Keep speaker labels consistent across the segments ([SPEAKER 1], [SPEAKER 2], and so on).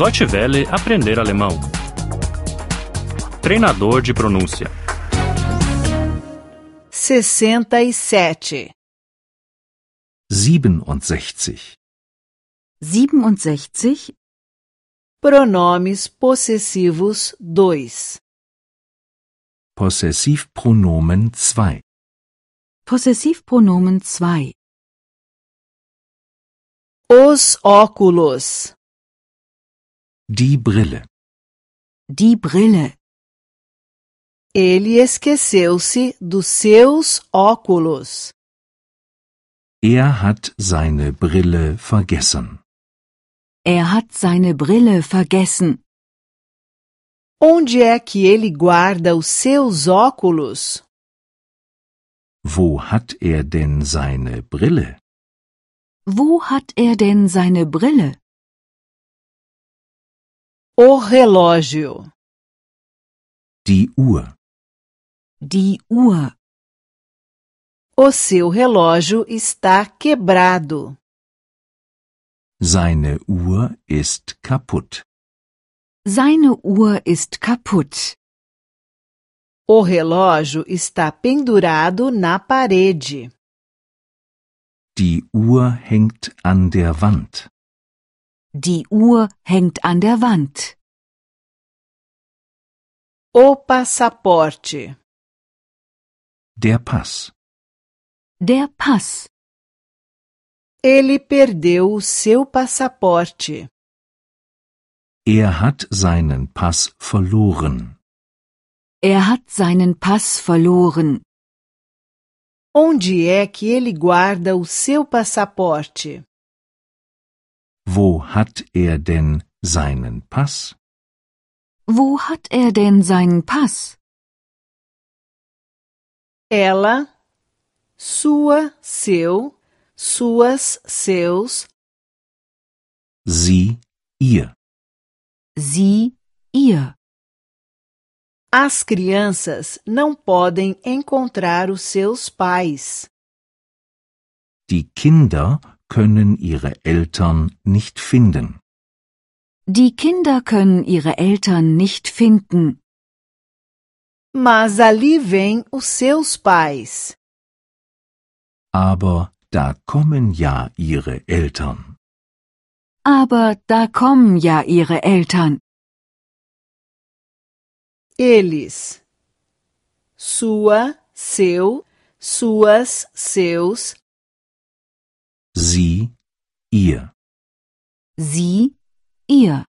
[SPEAKER 1] Deutsche Welle aprender alemão. Treinador de pronúncia.
[SPEAKER 2] 67.
[SPEAKER 3] 67.
[SPEAKER 4] 67.
[SPEAKER 2] Pronomes possessivos 2.
[SPEAKER 3] Possessivpronomen 2.
[SPEAKER 4] Possessivpronomen 2.
[SPEAKER 2] Os óculos.
[SPEAKER 3] Die Brille.
[SPEAKER 4] Die Brille.
[SPEAKER 2] Ele esqueceu-se dos seus óculos.
[SPEAKER 3] Er hat seine Brille vergessen.
[SPEAKER 4] Er hat seine Brille vergessen.
[SPEAKER 2] Onde é que ele guarda os seus óculos?
[SPEAKER 3] Wo hat er denn seine Brille?
[SPEAKER 4] Wo hat er denn seine Brille?
[SPEAKER 2] O relógio.
[SPEAKER 3] Die Uhr.
[SPEAKER 4] Die Uhr.
[SPEAKER 2] O seu relógio está quebrado.
[SPEAKER 3] Seine Uhr ist kaputt.
[SPEAKER 4] Seine Uhr ist kaputt.
[SPEAKER 2] O relógio está pendurado na parede.
[SPEAKER 3] Die Uhr hängt an der Wand.
[SPEAKER 4] Die Uhr hängt an der Wand.
[SPEAKER 2] O passaporte.
[SPEAKER 3] Der Pass.
[SPEAKER 4] Der Pass.
[SPEAKER 2] Ele perdeu o seu passaporte.
[SPEAKER 3] Er hat seinen Pass verloren.
[SPEAKER 4] Er hat seinen Pass verloren.
[SPEAKER 2] Onde é que ele guarda o seu passaporte?
[SPEAKER 3] Wo hat er denn seinen Pass?
[SPEAKER 4] Wo hat er denn seinen Pass?
[SPEAKER 2] Ela, sua, seu, suas, seus,
[SPEAKER 3] Sie, ihr.
[SPEAKER 4] Sie, ihr.
[SPEAKER 2] as crianças não podem encontrar os seus pais.
[SPEAKER 3] Die Kinder können ihre Eltern nicht finden.
[SPEAKER 4] Die Kinder können ihre Eltern nicht finden,
[SPEAKER 2] Mas ali vêm os seus pais.
[SPEAKER 3] Aber da kommen ja ihre Eltern.
[SPEAKER 4] aber da kommen ja ihre Eltern.
[SPEAKER 2] Eles. Sua, seu, suas, seus,
[SPEAKER 3] Sie, ihr.
[SPEAKER 4] Sie, ihr.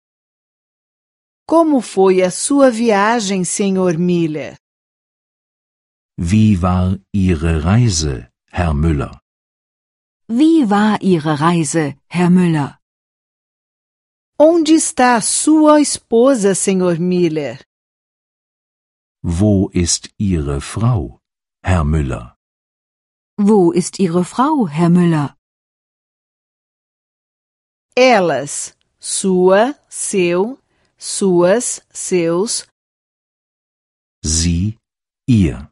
[SPEAKER 2] Como foi a sua viagem, Sr. Miller?
[SPEAKER 3] Wie war Ihre Reise, Herr Müller?
[SPEAKER 4] Wie war Ihre Reise, Herr Müller?
[SPEAKER 2] Onde está a sua esposa, Sr. Miller?
[SPEAKER 3] Wo ist Ihre Frau, Herr Müller?
[SPEAKER 4] Wo ist Ihre Frau, Herr Müller?
[SPEAKER 2] Elas, sua, seu, suas, seus,
[SPEAKER 3] Sie, ihr.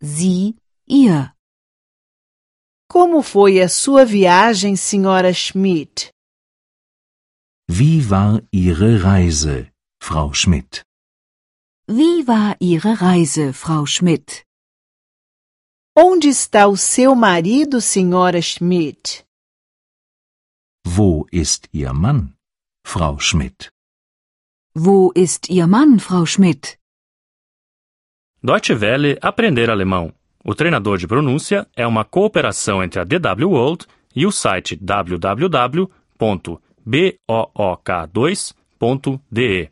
[SPEAKER 4] Sie, ihr.
[SPEAKER 2] Como foi a sua viagem, Sra. Schmidt?
[SPEAKER 3] Wie war Ihre Reise, Frau Schmidt?
[SPEAKER 4] Wie war Ihre Reise, Frau Schmidt?
[SPEAKER 2] Onde está o seu marido, Sra. Schmidt?
[SPEAKER 3] Wo ist Ihr Mann, Frau Schmidt?
[SPEAKER 4] Wo ist Ihr Mann, Frau Schmidt?
[SPEAKER 1] Deutsche Welle aprender alemão. O treinador de pronúncia é uma cooperação entre a DW World e o site www.book2.de.